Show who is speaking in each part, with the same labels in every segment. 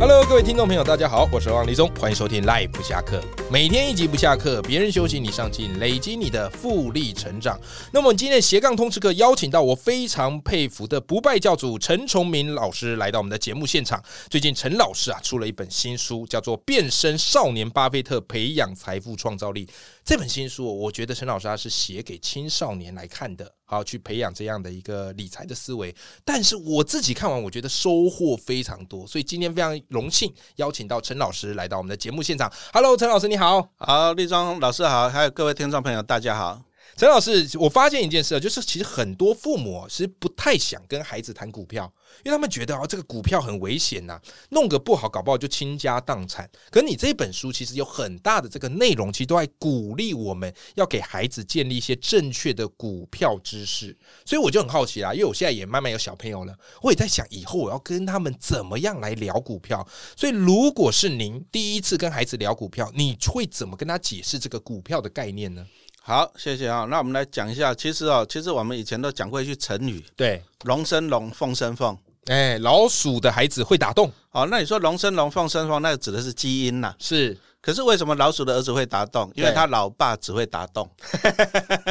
Speaker 1: Hello，各位听众朋友，大家好，我是欧阳立中，欢迎收听 Life 不下课，每天一集不下课，别人休息你上进，累积你的复利成长。那么我们今天的斜杠通识课邀请到我非常佩服的不败教主陈崇明老师来到我们的节目现场。最近陈老师啊出了一本新书，叫做《变身少年巴菲特：培养财富创造力》。这本新书，我觉得陈老师他是写给青少年来看的，好去培养这样的一个理财的思维。但是我自己看完，我觉得收获非常多，所以今天非常荣幸邀请到陈老师来到我们的节目现场。Hello，陈老师你好。
Speaker 2: 好，立中老师好，还有各位听众朋友，大家好。
Speaker 1: 陈老师，我发现一件事，啊就是其实很多父母是不太想跟孩子谈股票，因为他们觉得啊、哦，这个股票很危险呐、弄个不好，搞不好就倾家荡产。可你这本书其实有很大的这个内容，其实都在鼓励我们要给孩子建立一些正确的股票知识。所以我就很好奇啦，因为我现在也慢慢有小朋友了，我也在想以后我要跟他们怎么样来聊股票。所以如果是您第一次跟孩子聊股票，你会怎么跟他解释这个股票的概念呢？
Speaker 2: 好，谢谢啊、那我们来讲一下，其实啊、其实我们以前都讲过一句成语
Speaker 1: 对。
Speaker 2: “龙生龙，凤生凤
Speaker 1: 哎、老鼠的孩子会打洞，”。
Speaker 2: 哦，那你说“龙生龙，凤生凤”，那个指的是基因呐、
Speaker 1: 是
Speaker 2: 可是为什么老鼠的儿子会打洞？因为
Speaker 1: 对
Speaker 2: 他老爸只会打 洞。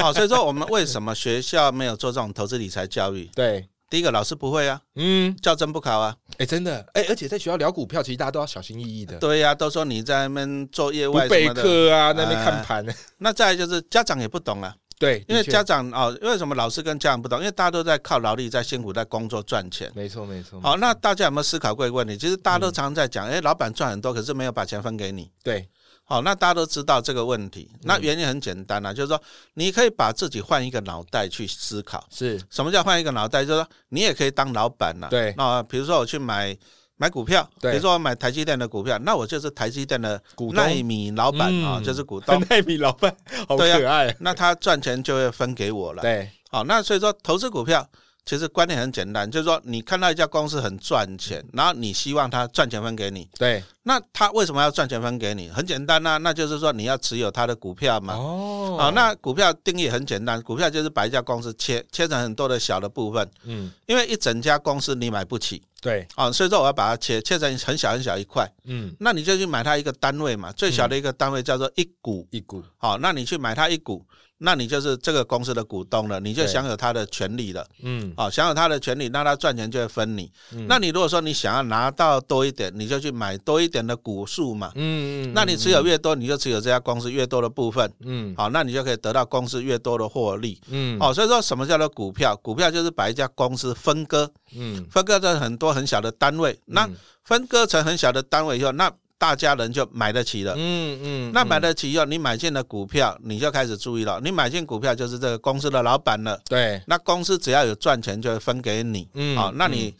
Speaker 2: 好、所以说我们为什么学校没有做这种投资理财教育？
Speaker 1: 对，
Speaker 2: 第一个，老师不会啊，
Speaker 1: 嗯，
Speaker 2: 教真不考啊。
Speaker 1: 哎、真的，哎、而且在学校聊股票，其实大家都要小心翼翼的，
Speaker 2: 对呀、都说你在那边做业
Speaker 1: 不
Speaker 2: 外
Speaker 1: 备
Speaker 2: 什么的。
Speaker 1: 课啊，那边看盘，
Speaker 2: 那再来就是家长也不懂啊。
Speaker 1: 对，
Speaker 2: 因为
Speaker 1: 的确
Speaker 2: 家长哦，为什么老师跟家长不同？因为大家都在靠劳力，在辛苦，在工作赚钱。
Speaker 1: 没错没错，
Speaker 2: 好，那大家有没有思考过一个问题？其实大家都常常在
Speaker 1: 嗯
Speaker 2: 讲，哎、老板赚很多，可是没有把钱分给你。
Speaker 1: 对，
Speaker 2: 好，那大家都知道这个问
Speaker 1: 嗯
Speaker 2: 题。那原因很简单啊，就是说你可以把自己换一个脑袋去思考。
Speaker 1: 是，
Speaker 2: 什么叫换一个脑袋？就是说你也可以当老板了、
Speaker 1: 对
Speaker 2: 那比如说我去买买股票，比
Speaker 1: 对
Speaker 2: 如说我买台积电的股票，那我就是台积电的
Speaker 1: 股东
Speaker 2: 奈米老板啊、
Speaker 1: 嗯。
Speaker 2: 就是股东
Speaker 1: 奈米老板好
Speaker 2: 对啊
Speaker 1: 可爱，
Speaker 2: 那他赚钱就会分给我了。
Speaker 1: 对，
Speaker 2: 好、那所以说投资股票其实观念很简单，就是说你看到一家公司很赚钱，然后你希望它赚钱分给你，
Speaker 1: 对，
Speaker 2: 那它为什么要赚钱分给你？很简单啊，那就是说你要持有它的股票嘛。
Speaker 1: 哦
Speaker 2: 啊、那股票定义很简单，股票就是把一家公司切切成很多的小的部分，
Speaker 1: 嗯，
Speaker 2: 因为一整家公司你买不起
Speaker 1: 对，
Speaker 2: 啊、所以说我要把它切切成很小很小一块，
Speaker 1: 嗯，
Speaker 2: 那你就去买它一个单位嘛，最小的一个单位叫做一股，
Speaker 1: 一股，
Speaker 2: 好、那你去买它一股，那你就是这个公司的股东了，你就
Speaker 1: 对
Speaker 2: 享有它的权利了。
Speaker 1: 嗯，
Speaker 2: 哦，享有它的权利，那它赚钱就会分你。
Speaker 1: 嗯
Speaker 2: 那你如果说你想要拿到多一点，你就去买多一点的股数嘛。
Speaker 1: 嗯
Speaker 2: 那你持有，越多，你就持有这家公司越多的部分。
Speaker 1: 嗯，
Speaker 2: 好、那你就可以得到公司越多的获利。
Speaker 1: 嗯，
Speaker 2: 哦，所以说什么叫做股票？股票就是把一家公司分割，
Speaker 1: 嗯，
Speaker 2: 分割成很多很小的单位。那分割成很小的单位以后，那大家人就买得起了。
Speaker 1: 嗯嗯，
Speaker 2: 那买得起以后，你买进了股票，你就开始注意了。你买进股票就是这个公司的老板了。
Speaker 1: 对，
Speaker 2: 那公司只要有赚钱就会分给你。
Speaker 1: 嗯
Speaker 2: 好、那你、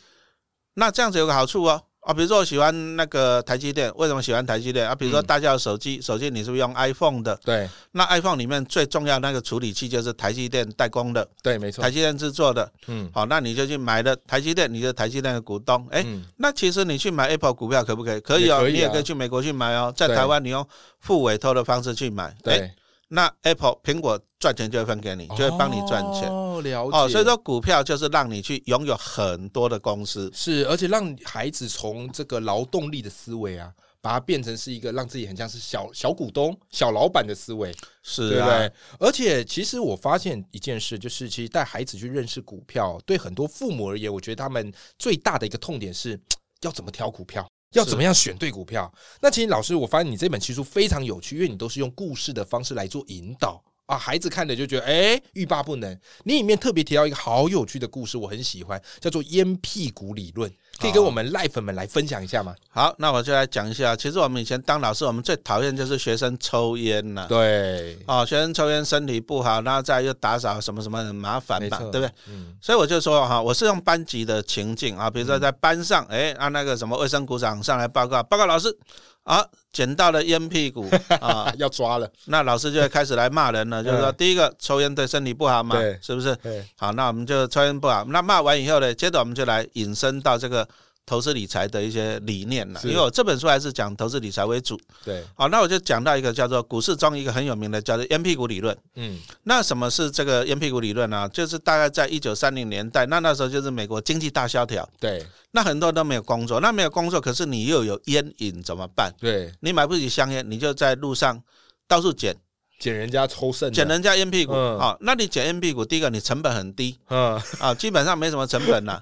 Speaker 2: 那这样子有个好处哦。啊，比如说我喜欢那个台积电，为什么喜欢台积电啊？比如说
Speaker 1: 嗯
Speaker 2: 大家有手机，手机你是不是用 iPhone 的？
Speaker 1: 对
Speaker 2: 那 iPhone 里面最重要那个处理器就是台积电代工的，
Speaker 1: 对，没错
Speaker 2: 台，积电制作的。
Speaker 1: 嗯，
Speaker 2: 好、那你就去买了台积电，你是台积电的股东。哎、
Speaker 1: 嗯
Speaker 2: 那其实你去买 Apple 股票可不可以？可以
Speaker 1: 也
Speaker 2: 哦，
Speaker 1: 可以啊
Speaker 2: 你也可以去美国去买哦，在
Speaker 1: 对
Speaker 2: 台湾你用付委托的方式去买。哎，
Speaker 1: 对，
Speaker 2: 那 Apple 苹果赚钱就会分给你，就会帮你赚钱。
Speaker 1: 哦，了解，
Speaker 2: 哦，所以说股票就是让你去拥有很多的公司。
Speaker 1: 是，而且让孩子从这个劳动力的思维啊，把它变成是一个让自己很像是小小股东、小老板的思维，
Speaker 2: 是
Speaker 1: 对不
Speaker 2: 啊
Speaker 1: 对，？而且其实我发现一件事，就是其实带孩子去认识股票，对很多父母而言，我觉得他们最大的一个痛点是要怎么挑股票。要怎么样选对股票？那其实老师，我发现你这本新书非常有趣，因为你都是用故事的方式来做引导啊，孩子看了就觉得哎欲罢不能。你里面特别提到一个好有趣的故事，我很喜欢，叫做烟屁股理论，可以跟我们赖粉们来分享一下吗？
Speaker 2: 好，那我就来讲一下。其实我们以前当老师，我们最讨厌就是学生抽烟了、
Speaker 1: 对，
Speaker 2: 哦，学生抽烟身体不好，然后再又打扫什么什么很麻烦
Speaker 1: 没
Speaker 2: 嘛，
Speaker 1: 错
Speaker 2: 对不对？
Speaker 1: 嗯，
Speaker 2: 所以我就说哈，我是用班啊级的情境啊，比如说在班上，哎、按、那个什么卫生股长上来报告，报告老师，啊，捡到了烟屁股 啊，
Speaker 1: 要抓了，
Speaker 2: 那老师就会开始来骂人了，就是说
Speaker 1: 嗯
Speaker 2: 第一个抽烟对身体不好嘛
Speaker 1: 对，
Speaker 2: 是不是？
Speaker 1: 对，
Speaker 2: 好，那我们就抽烟不好。那骂完以后呢，接着我们就来引申到这个投资理财的一些理念了，
Speaker 1: 是
Speaker 2: 因为我这本书还是讲投资理财为主。
Speaker 1: 对，
Speaker 2: 好，那我就讲到一个叫做股市中一个很有名的叫做烟屁股理论。
Speaker 1: 嗯，
Speaker 2: 那什么是这个烟屁股理论呢、啊就是大概在一九三零年代，那那时候就是美国经济大萧条，
Speaker 1: 对，
Speaker 2: 那很多人都没有工作，那没有工作，可是你又有烟瘾怎么办？
Speaker 1: 对，
Speaker 2: 你买不起香烟，你就在路上到处捡，
Speaker 1: 捡人家抽剩的，
Speaker 2: 捡人家烟屁股。
Speaker 1: 嗯
Speaker 2: 好、那你捡烟屁股，第一个你成本很低
Speaker 1: 嗯，
Speaker 2: 啊，基本上没什么成本啦。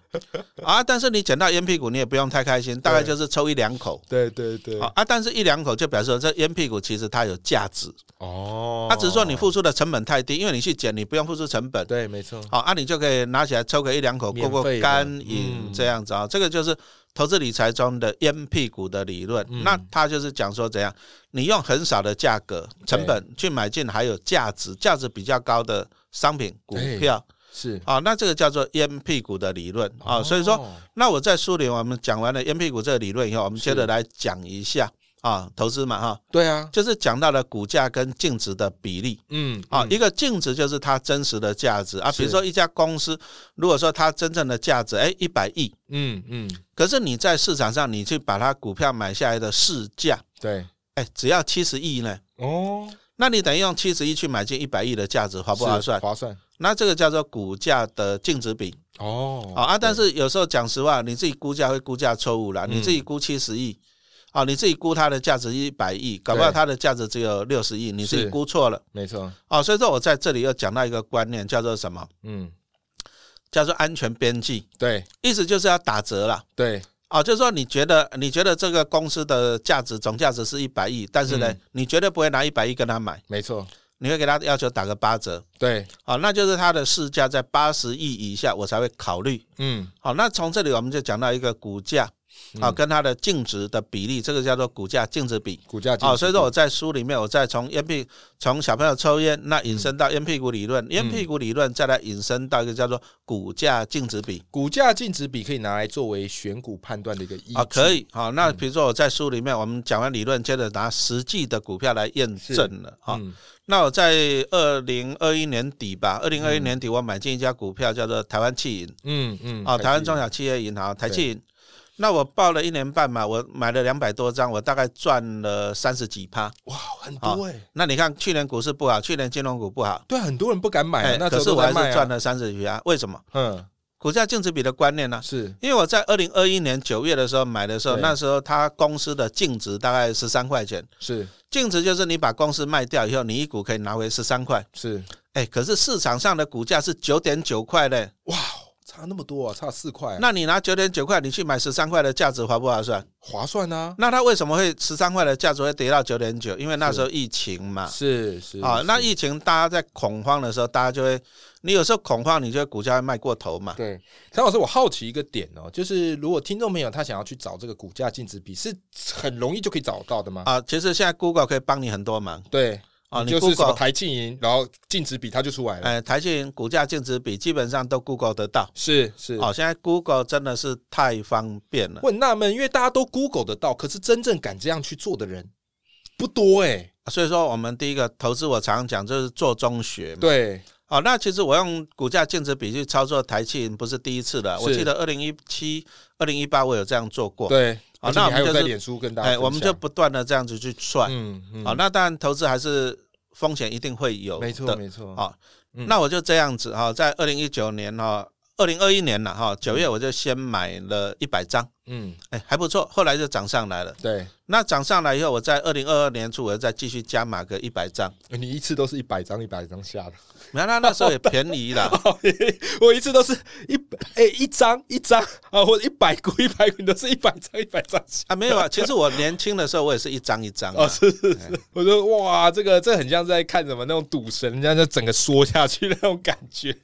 Speaker 2: 啊，但是你捡到烟屁股，你也不用太开心，大概就是抽一两口。
Speaker 1: 对对对
Speaker 2: 好，啊，但是一两口就表示说这烟屁股其实它有价值，
Speaker 1: 哦，
Speaker 2: 它只是说你付出的成本太低，因为你去捡你不用付出成本。
Speaker 1: 对，没错，
Speaker 2: 好，啊，你就可以拿起来抽个一两口，过过
Speaker 1: 免费的
Speaker 2: 干
Speaker 1: 嗯
Speaker 2: 瘾这样子啊、这个就是投资理财中的烟屁股的理论。
Speaker 1: 嗯
Speaker 2: 那它就是讲说怎样，你用很少的价格成本去买进还有价值、价值比较高的商品股
Speaker 1: 哎
Speaker 2: 票
Speaker 1: 是
Speaker 2: 啊、那这个叫做烟屁股的理论啊、
Speaker 1: 哦
Speaker 2: 所以说，，那我在书里我们讲完了烟屁股这个理论以后，我们接着来讲一下啊、投资嘛哈、
Speaker 1: 对啊，
Speaker 2: 就是讲到了股价跟净值的比例。
Speaker 1: 嗯，
Speaker 2: 啊，
Speaker 1: 嗯
Speaker 2: 一个净值就是它真实的价值啊。
Speaker 1: 是
Speaker 2: 比如说一家公司，如果说它真正的价值，哎，一百亿，
Speaker 1: 嗯嗯，
Speaker 2: 可是你在市场上你去把它股票买下来的市价，
Speaker 1: 对，
Speaker 2: 哎，只要七十亿呢，
Speaker 1: 哦，
Speaker 2: 那你等于用七十亿去买进一百亿的价值，划不划
Speaker 1: 是
Speaker 2: 算？
Speaker 1: 划算，
Speaker 2: 那这个叫做股价的净值比
Speaker 1: 哦，
Speaker 2: 啊啊。但
Speaker 1: 对
Speaker 2: 是有时候讲实话，你自己估价会估价错误啦，
Speaker 1: 嗯
Speaker 2: 你自己估七十亿。啊，你自己估它的价值一百亿，搞不好
Speaker 1: 对
Speaker 2: 它的价值只有六十亿，你自己
Speaker 1: 是
Speaker 2: 估错了
Speaker 1: 没错，
Speaker 2: 啊。所以说我在这里又讲到一个观念，叫做什么？
Speaker 1: 嗯，
Speaker 2: 叫做安全边际，
Speaker 1: 对
Speaker 2: 意思就是要打折啦。
Speaker 1: 对，
Speaker 2: 啊，就是说你觉得你觉得这个公司的价值总价值是一百亿，但是呢，
Speaker 1: 嗯
Speaker 2: 你绝对不会拿一百亿跟他买，
Speaker 1: 没错，
Speaker 2: 你会给他要求打个八折，
Speaker 1: 对，
Speaker 2: 啊，那就是它的市价在八十亿以下，我才会考虑。
Speaker 1: 嗯，
Speaker 2: 好，那从这里我们就讲到一个股价啊
Speaker 1: 嗯
Speaker 2: 跟它的净值的比例，这个叫做股价净值比。
Speaker 1: 股价
Speaker 2: 啊，所以说我在书里面，我再从烟屁从小朋友抽烟，那引申到烟屁股理论，烟屁股理论再来引申到一个叫做股价净值比。
Speaker 1: 股价净值比可以拿来作为选股判断的一个依
Speaker 2: 啊，
Speaker 1: 据，
Speaker 2: 可以好，那比如说我在书里面，我们讲完理论，接着拿实际的股票来验证了啊。
Speaker 1: 嗯，
Speaker 2: 那我在二零二一年底吧，二零二一年底我买进一家股票叫做台湾汽银
Speaker 1: 嗯嗯，
Speaker 2: 啊，
Speaker 1: 还
Speaker 2: 台湾
Speaker 1: 是
Speaker 2: 中小企业银行台汽银。那我报了一年半嘛，我买了两百多张，我大概赚了三十几趴。
Speaker 1: 哇，很多哎，
Speaker 2: 那你看去年股市不好，去年金融股不好，哎
Speaker 1: 对，很多人不敢买啊，那时
Speaker 2: 可
Speaker 1: 候
Speaker 2: 是
Speaker 1: 都
Speaker 2: 我还
Speaker 1: 在
Speaker 2: 是
Speaker 1: 卖啊
Speaker 2: 赚，了三十几趴，为什么？
Speaker 1: 嗯，
Speaker 2: 股价净值比的观念呢、
Speaker 1: 是
Speaker 2: 啊因为我在二零二一年九月的时候买的时候，
Speaker 1: 对
Speaker 2: 那时候它公司的净值大概十三块钱，
Speaker 1: 是
Speaker 2: 净值就是你把公司卖掉以后，你一股可以拿回十三块。
Speaker 1: 是，
Speaker 2: 哎，可是市场上的股价是九点九块嘞，
Speaker 1: 哇，差那么多啊，差四块啊，
Speaker 2: 那你拿九点九块，你去买十三块的价值划不划算？
Speaker 1: 划算啊，
Speaker 2: 那它为什么会十三块的价值会跌到九点九？因为那时候疫情嘛。
Speaker 1: 是是
Speaker 2: 啊，
Speaker 1: 是
Speaker 2: 那疫情大家在恐慌的时候，大家就会，你有时候恐慌，你就会股价会卖过头嘛。
Speaker 1: 对，陈老师，我好奇一个点哦，就是如果听众朋友他想要去找这个股价净值比，是很容易就可以找到的吗？
Speaker 2: 啊，其实现在 Google 可以帮你很多忙
Speaker 1: 对，
Speaker 2: 啊，
Speaker 1: 你
Speaker 2: 你
Speaker 1: 就是什么
Speaker 2: Google
Speaker 1: 台净银，然后净值比它就出来了。
Speaker 2: 呃，台积股价净值比基本上都 Google 得到。
Speaker 1: 是是，
Speaker 2: 哦，现在 Google 真的是太方便了，
Speaker 1: 我很纳闷，因为大家都 Google 得到，可是真正敢这样去做的人不多哎。
Speaker 2: 啊所以说我们第一个投资，我常常讲就是做中学嘛。
Speaker 1: 对，
Speaker 2: 哦，那其实我用股价净值比去操作台积不是第一次了，
Speaker 1: 是
Speaker 2: 我记得二零一七、二零一八我有这样做过。
Speaker 1: 对，
Speaker 2: 好
Speaker 1: 而且
Speaker 2: 啊那我
Speaker 1: 你
Speaker 2: 们
Speaker 1: 还有
Speaker 2: 就
Speaker 1: 在
Speaker 2: 是
Speaker 1: 脸书跟大家分
Speaker 2: 哎，
Speaker 1: 享，
Speaker 2: 我们就不啊断的这样子去算。
Speaker 1: 嗯嗯，
Speaker 2: 好，那当然投资还是风险一定会有的。啊
Speaker 1: 没错没错，
Speaker 2: 好
Speaker 1: 嗯
Speaker 2: 那我就这样子哈，在二零一九年哈，二零二一年了哈，九月我就先买了一百张，
Speaker 1: 嗯，
Speaker 2: 哎，还不错，后来就涨上来了。
Speaker 1: 对，
Speaker 2: 那涨上来以后，我在二零二二年初，我又再继续加码个一百张。
Speaker 1: 你一次都是一百张一百张下的，
Speaker 2: 没有，那那时候也便 宜啦。
Speaker 1: 我一次都是一百哎一张一张啊，或者一百股 一百股，你都是一百张一百张下。
Speaker 2: 啊，没有啊，其实我年轻的时候，我也是一张一张
Speaker 1: 哦，
Speaker 2: 啊。
Speaker 1: 是是是，我说哇，这个这很像在看什么那种赌神，人家就整个缩下去的那种感觉。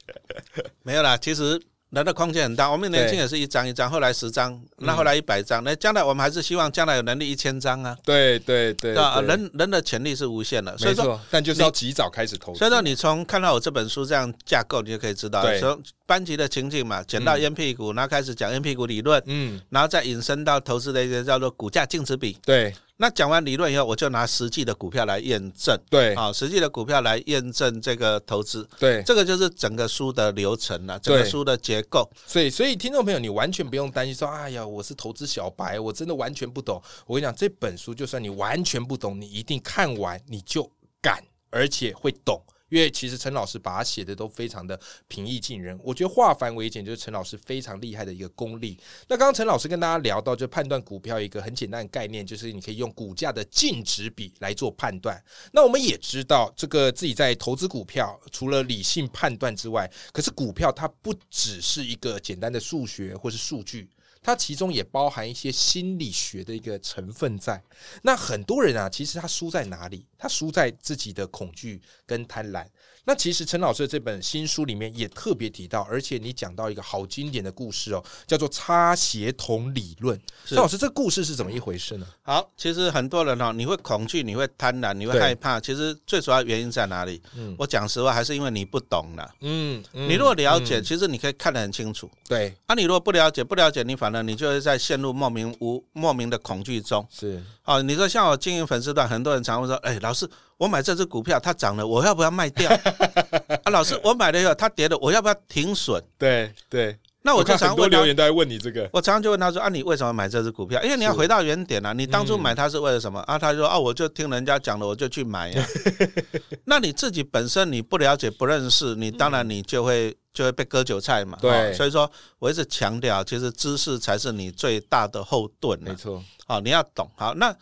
Speaker 2: 没有啦，其实人的空间很大。我们年轻也是一张一张，后来十张，那
Speaker 1: 嗯
Speaker 2: 后来一百张，那将来我们还是希望将来有能力一千张啊。
Speaker 1: 对对对
Speaker 2: 对吧？啊人人的潜力是无限的，所
Speaker 1: 没
Speaker 2: 以说。
Speaker 1: 错，但就是要及早开始投资。
Speaker 2: 所以说，你从看到我这本书这样架构，你就可以知道
Speaker 1: 对，
Speaker 2: 从班级的情景嘛，捡到烟屁股，然后开始讲烟屁股理论，
Speaker 1: 嗯，
Speaker 2: 然后再引申到投资的一些叫做股价净值比，
Speaker 1: 对，
Speaker 2: 那讲完理论以后，我就拿实际的股票来验证，
Speaker 1: 对
Speaker 2: 啊，实际的股票来验证这个投资，
Speaker 1: 对，
Speaker 2: 这个就是整个书的流程了、整个
Speaker 1: 对
Speaker 2: 书的结构。
Speaker 1: 所以所以听众朋友，你完全不用担心说，哎呀，我是投资小白，我真的完全不懂。我跟你讲，这本书就算你完全不懂，你一定看完你就敢，而且会懂。因为其实陈老师把它写的都非常的平易近人，我觉得化繁为简就是陈老师非常厉害的一个功力。那刚刚陈老师跟大家聊到，就判断股票一个很简单的概念，就是你可以用股价的净值比来做判断。那我们也知道，这个自己在投资股票，除了理性判断之外，可是股票它不只是一个简单的数学或是数据，它其中也包含一些心理学的一个成分在。那很多人啊，其实他输在哪里？他输在自己的恐惧跟贪婪。那其实陈老师的这本新书里面也特别提到，而且你讲到一个好经典的故事哦，叫做差协同理论。
Speaker 2: 是
Speaker 1: 陈老师，这故事是怎么一回事呢？
Speaker 2: 好，其实很多人哦，你会恐惧，你会贪婪，你会
Speaker 1: 对
Speaker 2: 害怕，其实最主要原因在哪里？
Speaker 1: 嗯
Speaker 2: 我讲实话，还是因为你不懂了。
Speaker 1: 嗯，
Speaker 2: 你如果了解，其实你可以看得很清楚。
Speaker 1: 对
Speaker 2: 啊，你如果不了解，不了解，你反而你就会在陷入莫名无莫名的恐惧中。
Speaker 1: 是，
Speaker 2: 哦，你说像我经营粉丝团，很多人常会说，哎，老师，我买这只股票它涨了，我要不要卖 掉？啊，老师，我买了以后它跌了，我要不要停损？
Speaker 1: 对对。
Speaker 2: 那我就
Speaker 1: 看
Speaker 2: 常
Speaker 1: 很多
Speaker 2: 问他
Speaker 1: 留，言都在问你这个，
Speaker 2: 我常常就问他说啊，你为什么买这只股票？因为你要
Speaker 1: 是
Speaker 2: 回到原点啊，你当初
Speaker 1: 嗯
Speaker 2: 买它是为了什么？啊，他就说啊，我就听人家讲了，我就去 买呀、那你自己本身你不了解、不认识，你当然你就会。就会被割韭菜嘛，
Speaker 1: 嗯对
Speaker 2: 哦所以说我一直强调，其实知识才是你最大的后盾、啊
Speaker 1: 没。错，
Speaker 2: 好、你要懂。好，那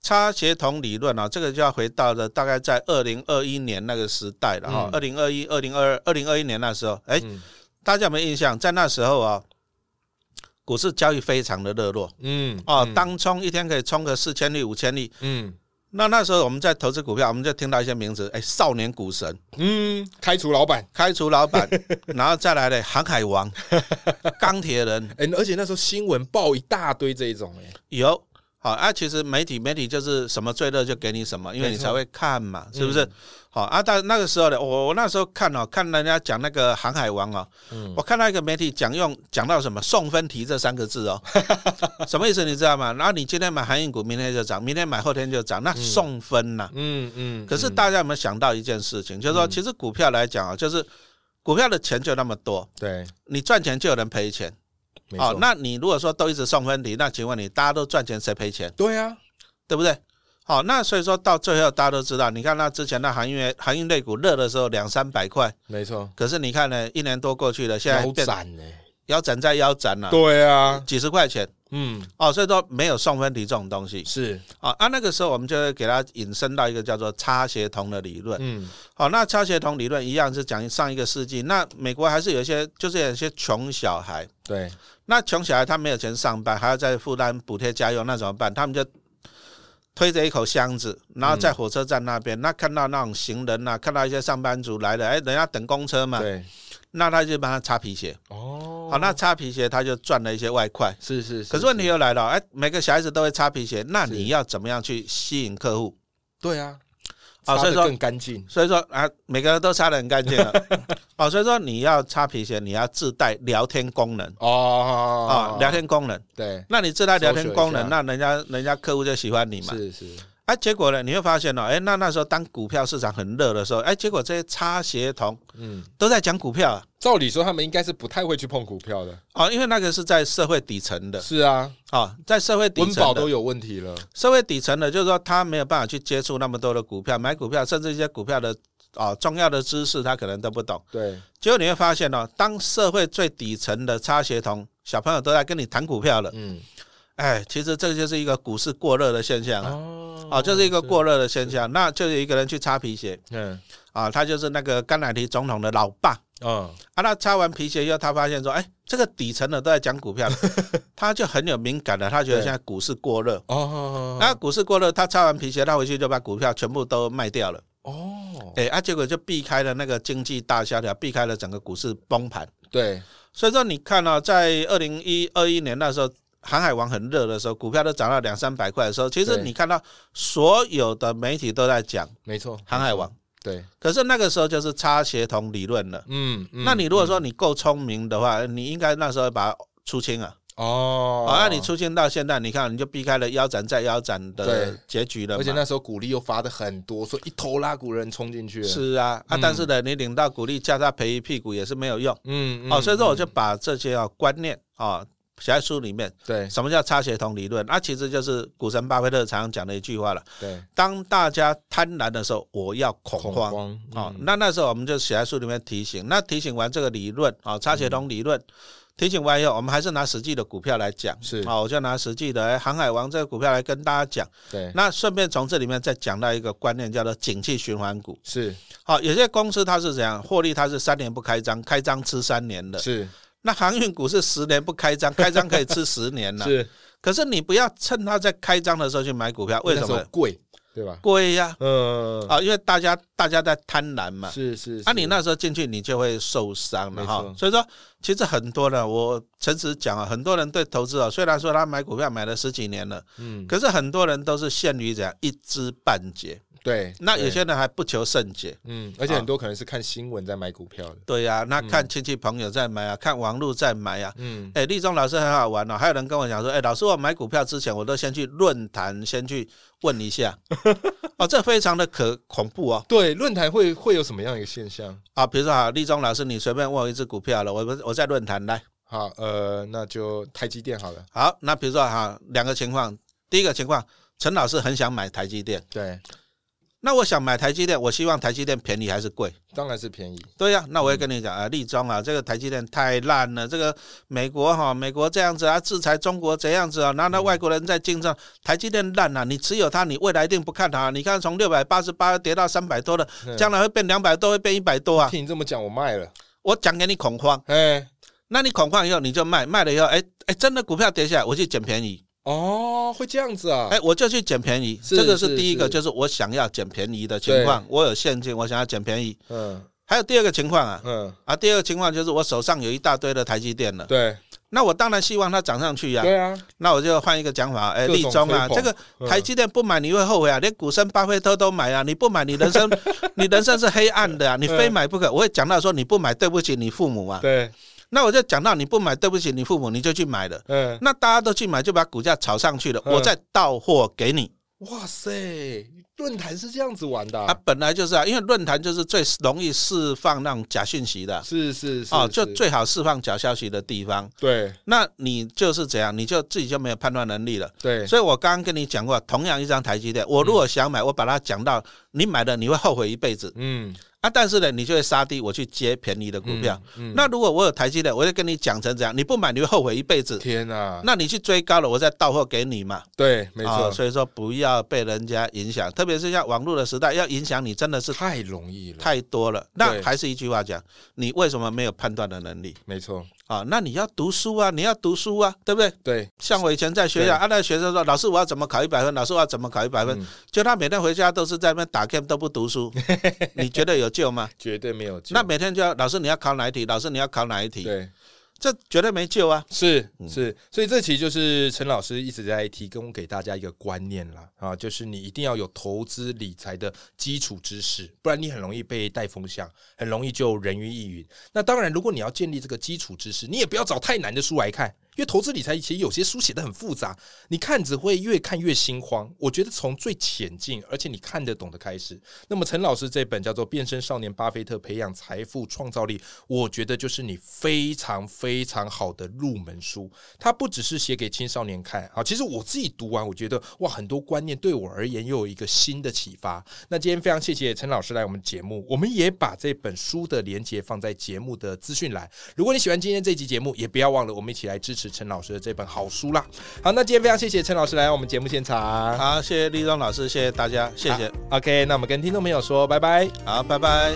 Speaker 2: 差协同理论啊、这个就要回到了大概在二零二一年那个时代了哈、
Speaker 1: 嗯
Speaker 2: 二零二一、二零二二、二零二一年那时候，哎、
Speaker 1: 嗯
Speaker 2: 大家有没有印象？在那时候啊、股市交易非常的热络
Speaker 1: 嗯，
Speaker 2: 哦，
Speaker 1: 嗯
Speaker 2: 当冲一天可以冲个四千例、五千例。
Speaker 1: 嗯
Speaker 2: 那那时候我们在投资股票，我们就听到一些名字，哎、少年股神、
Speaker 1: 嗯，开除老板，
Speaker 2: 开除 老板，然后再来嘞，航海王、钢铁人，
Speaker 1: 哎、而且那时候新闻报一大堆这一种、哎，
Speaker 2: 有。好啊，其实媒体媒体就是什么最热就给你什么，因为你才会看嘛，是
Speaker 1: 嗯
Speaker 2: 不是？好啊，但那个时候呢，我我那时候看哦，看人家讲那个航海王哦，
Speaker 1: 嗯
Speaker 2: 我看到一个媒体讲用讲到什么送分题这三个字 哦，什么意思你知道吗？然后你今天买航运股，明天就涨，明天买后天就涨，那送分呐、
Speaker 1: 嗯嗯
Speaker 2: 可是大家有没有想到一件事情，就是说，其实股票来讲啊，就是股票的钱就那么多，
Speaker 1: 对，
Speaker 2: 你赚钱就有人赔钱。
Speaker 1: 没
Speaker 2: 好、
Speaker 1: 错，
Speaker 2: 哦那你如果说都一直送分题，那请问你大家都赚钱，谁赔钱？
Speaker 1: 对啊，
Speaker 2: 对不对？好，那所以说到最后，大家都知道，你看那之前那航运航运类股热的时候两三百块，
Speaker 1: 没错，
Speaker 2: 可是你看呢，一年多过去了，现在
Speaker 1: 腰
Speaker 2: 变
Speaker 1: 斩呢、
Speaker 2: 腰斩再腰斩了、
Speaker 1: 对啊，
Speaker 2: 几十块钱
Speaker 1: 嗯，
Speaker 2: 哦，所以说没有送分题这种东西
Speaker 1: 是，
Speaker 2: 啊、哦、啊，那个时候我们就会给它引申到一个叫做差协同的理论。
Speaker 1: 嗯
Speaker 2: 好、那差协同理论一样是讲上一个世纪，那美国还是有一些就是有一些穷小孩，
Speaker 1: 对，
Speaker 2: 那穷小孩他没有钱上班，还要再负担补贴家用，那怎么办？他们就推着一口箱子，然后在
Speaker 1: 嗯
Speaker 2: 火车站那边，那看到那种行人呐、啊，看到一些上班族来了，哎，人家等公车嘛，
Speaker 1: 对，
Speaker 2: 那他就帮他擦皮鞋。
Speaker 1: 哦
Speaker 2: 好，那擦皮鞋他就赚了一些外快。
Speaker 1: 是是
Speaker 2: 可是问题又来了，哎，每个小孩子都会擦皮鞋，那你要怎么样去吸引客户？
Speaker 1: 对啊，擦
Speaker 2: 啊所
Speaker 1: 得
Speaker 2: 以说
Speaker 1: 更干净，
Speaker 2: 所以说啊，每个人都擦得很干 净了。哦，所以说你要擦皮鞋，你要自带聊天功能啊、
Speaker 1: 哦
Speaker 2: 聊天功能。
Speaker 1: 对，
Speaker 2: 那你自带聊天功
Speaker 1: 搜索
Speaker 2: 能，那人家人家客户就喜欢你嘛。
Speaker 1: 是是，
Speaker 2: 啊，结果呢，你会发现哦，哎，那那时候当股票市场很热的时候，哎，结果这些差协同
Speaker 1: 嗯，
Speaker 2: 都在讲股票啊，
Speaker 1: 照理说他们应该是不太会去碰股票的，
Speaker 2: 哦，因为那个是在社会底层的
Speaker 1: 是啊，
Speaker 2: 哦，在社会底
Speaker 1: 温饱
Speaker 2: 呃层
Speaker 1: 都
Speaker 2: 的，
Speaker 1: 有问题了，
Speaker 2: 社会底层的，就是说他没有办法去接触那么多的股票，买股票，甚至一些股票的哦重要的知识，他可能都不懂。
Speaker 1: 对，
Speaker 2: 结果你会发现哦，当社会最底层的差协同小朋友都在跟你谈股票了，
Speaker 1: 嗯，
Speaker 2: 哎，其实这就是一个股市过热的现象啊。
Speaker 1: 哦
Speaker 2: 哦，就是一个，过热的现象。那就有一个人去擦皮鞋
Speaker 1: 嗯
Speaker 2: 啊，他就是那个甘乃迪总统的老爸
Speaker 1: 嗯，
Speaker 2: 啊。那擦完皮鞋以后，他发现说，哎，这个底层的都在讲股 票了，他就很有敏感了。他觉得
Speaker 1: 对
Speaker 2: 现在股市过热，
Speaker 1: 哦，
Speaker 2: 那股市过热，他擦完皮鞋，他回去就把股票全部都卖掉了。
Speaker 1: 哦，
Speaker 2: 哎，啊，结果就避开了那个经济大萧条，避开了整个股市崩盘。
Speaker 1: 对，
Speaker 2: 所以说，你看啊、在二零一二一年那时候。航海王很热的时候，股票都涨到两三百块的时候，其实
Speaker 1: 对
Speaker 2: 你看到所有的媒体都在讲
Speaker 1: 没错，
Speaker 2: 航海王，
Speaker 1: 对，
Speaker 2: 可是那个时候就是差协同理论了。
Speaker 1: 嗯，嗯
Speaker 2: 那你如果说你够聪明的话，你应该那时候把它出清啊，
Speaker 1: 嗯哦，
Speaker 2: 好，那你出现到现在，你看你就避开了腰斩再腰斩的
Speaker 1: 对
Speaker 2: 结局了嘛。
Speaker 1: 而且那时候股利又发的很多，所以一头拉股人冲进去了。，
Speaker 2: 是啊，啊，但是呢，你领到股利，叫他赔一屁股也是没有用。
Speaker 1: 嗯，
Speaker 2: 哦，
Speaker 1: 嗯
Speaker 2: 所以说我就把这些啊观念啊写在书里面。
Speaker 1: 对
Speaker 2: 什么叫差血统理论？啊，其实就是股神巴菲特常常讲的一句话了：
Speaker 1: 对，
Speaker 2: 当大家贪婪的时候，我要恐慌。
Speaker 1: 慌
Speaker 2: 哦，
Speaker 1: 嗯
Speaker 2: 那那时候我们就写在书里面提醒。那提醒完这个理论啊，差血统理论。提醒完以后，我们还是拿实际的股票来讲，
Speaker 1: 是
Speaker 2: 啊、我就拿实际的哎航海王这个股票来跟大家讲。
Speaker 1: 对，
Speaker 2: 那顺便从这里面再讲到一个观念，叫做景气循环股。
Speaker 1: 是
Speaker 2: 好，有些公司它是怎样获利，它是三年不开张，开张吃三年的。
Speaker 1: 是
Speaker 2: 那航运股是十年不开张，开张可以吃十年 了。
Speaker 1: 是，
Speaker 2: 可是你不要趁它在开张的时候去买股票，为
Speaker 1: 那
Speaker 2: 什
Speaker 1: 时候
Speaker 2: 么
Speaker 1: 贵？对吧？
Speaker 2: 贵呀？
Speaker 1: 嗯，
Speaker 2: 啊，因为大家大家在贪婪嘛。
Speaker 1: 是是，
Speaker 2: 啊，
Speaker 1: 是
Speaker 2: 你那时候进去，你就会受伤了
Speaker 1: 没错
Speaker 2: 哈。所以说，其实很多人，我诚实讲啊，很多人对投资啊，虽然说他买股票买了十几年了，
Speaker 1: 嗯，
Speaker 2: 可是很多人都是陷于怎样一知半解。
Speaker 1: 对，
Speaker 2: 那有
Speaker 1: 对
Speaker 2: 些人还不求甚解，
Speaker 1: 嗯，而且很多可能是看新闻在买股票的，
Speaker 2: 对呀、那看亲戚朋友在买啊，看网络在买啊。
Speaker 1: 嗯，
Speaker 2: 哎，立中老师很好玩哦，还有人跟我讲说，哎，老师，我买股票之前，我都先去论坛先去问 一下，哦，这非常的可恐怖哦。
Speaker 1: 对，论坛会会有什么样一个现象？
Speaker 2: 啊，比如说啊，立中老师，你随便问我一只股票了，我不我在论坛来。
Speaker 1: 好，呃，那就台积电好了，
Speaker 2: 好，那比如说哈、两个情况，第一个情况，陈老师很想买台积电，
Speaker 1: 对，
Speaker 2: 那我想买台积电，我希望台积电便宜还是贵？
Speaker 1: 当然是便宜，
Speaker 2: 对呀、那我也跟你讲啊，立中啊，这个台积电太烂了，这个美国哈、美国这样子啊，制裁中国这样子啊，然后那外国人在竞争，台积电烂了、你持有它，你未来一定不看它、你看从六百八十八跌到三百多了，
Speaker 1: 嗯
Speaker 2: 将来会变两百多，会变一百多啊！
Speaker 1: 听你这么讲，我卖了，
Speaker 2: 我讲给你恐慌，
Speaker 1: 哎，
Speaker 2: 那你恐慌以后你就卖，卖了以后，哎哎，真的股票跌下来，我去捡便宜，
Speaker 1: 哦，会这样子啊，
Speaker 2: 哎，我就去捡便宜，
Speaker 1: 是
Speaker 2: 这个
Speaker 1: 是
Speaker 2: 是第一个，
Speaker 1: 是
Speaker 2: 就是我想要捡便宜的情况，我有现金，我想要捡便宜。
Speaker 1: 嗯
Speaker 2: 还有第二个情况啊，
Speaker 1: 嗯，
Speaker 2: 啊，第二个情况就是我手上有一大堆的台积电了。
Speaker 1: 对
Speaker 2: 那我当然希望它涨上去呀、
Speaker 1: 对啊，
Speaker 2: 那我就换一个讲法，哎，
Speaker 1: 各
Speaker 2: 立
Speaker 1: 种
Speaker 2: 中啊，
Speaker 1: 吹捧嗯
Speaker 2: 这个台积电不买你会后悔啊，连股神巴菲特都买啊，你不买你人 生，你人生是黑暗的啊，
Speaker 1: 嗯
Speaker 2: 你非买不可。我会讲到说你不买对不起你父母啊，
Speaker 1: 对，
Speaker 2: 那我就讲到你不买对不起你父母，你就去买了。
Speaker 1: 嗯，
Speaker 2: 那大家都去买，就把股价炒上去了，
Speaker 1: 嗯
Speaker 2: 我再到货给你
Speaker 1: 哇塞，论坛是这样子玩的
Speaker 2: 啊
Speaker 1: 啊，。
Speaker 2: 本来就是啊，因为论坛就是最容易释放那种假讯息的啊
Speaker 1: 是是是
Speaker 2: 哦，就是最好释放假消息的地方。
Speaker 1: 对
Speaker 2: 那你就是怎样，你就自己就没有判断能力了。
Speaker 1: 对，
Speaker 2: 所以我刚刚跟你讲过，同样一张台积电，我如果想买，我把它讲到你买了，你会后悔一辈子
Speaker 1: 嗯，
Speaker 2: 啊。但是呢，你就会杀低，我去接便宜的股票。
Speaker 1: 嗯，
Speaker 2: 那如果我有台积电，我就跟你讲成这样，你不买你会后悔一辈子。
Speaker 1: 天哪，
Speaker 2: 那你去追高了，我再到货给你嘛。
Speaker 1: 对，啊没
Speaker 2: 啊
Speaker 1: 错，
Speaker 2: 所以说不要被人家影响，特别是像网络的时代，要影响你真的是
Speaker 1: 太容易了，
Speaker 2: 太多了。
Speaker 1: 对
Speaker 2: 那还是一句话讲，你为什么没有判断的能力
Speaker 1: 没错，
Speaker 2: 啊？那你要读书啊，你要读书啊，对不对？
Speaker 1: 对，
Speaker 2: 像我以前在学校，啊，那学生说：“老师，我要怎么考一百分？老师，我要怎么考一百分？”
Speaker 1: 嗯
Speaker 2: 就他每天回家都是在那边打 game，都不 读书，你觉得有救吗？
Speaker 1: 绝对没有救。
Speaker 2: 那每天就要老师你要考哪一题，老师你要考哪一题，
Speaker 1: 对，
Speaker 2: 这绝对没救啊！
Speaker 1: 是是，所以这其实就是陈老师一直在提供给大家一个观念啦，啊，就是你一定要有投资理财的基础知识，不然你很容易被带风向，很容易就人云亦云。那当然，如果你要建立这个基础知识，你也不要找太难的书来看，因为投资理财其实有些书写的很复杂，你看只会越看越心慌。我觉得从最浅近，而且你看得懂的开始。那么陈老师这本叫做《变身少年巴菲特：培养财富创造力》，我觉得就是你非常非常好的入门书。它不只是写给青少年看啊，其实我自己读完，我觉得哇，很多观念对我而言又有一个新的启发。那今天非常谢谢陈老师来我们节目，我们也把这本书的连接放在节目的资讯栏。如果你喜欢今天这期节目，也不要忘了我们一起来支持陈老师的这本好书啦。好，那今天非常谢谢陈老师来我们节目现场，啊
Speaker 2: 好，谢谢立中老师，谢谢大家，谢谢，
Speaker 1: OK，那我们跟听众朋友说拜拜。
Speaker 2: 好，拜拜。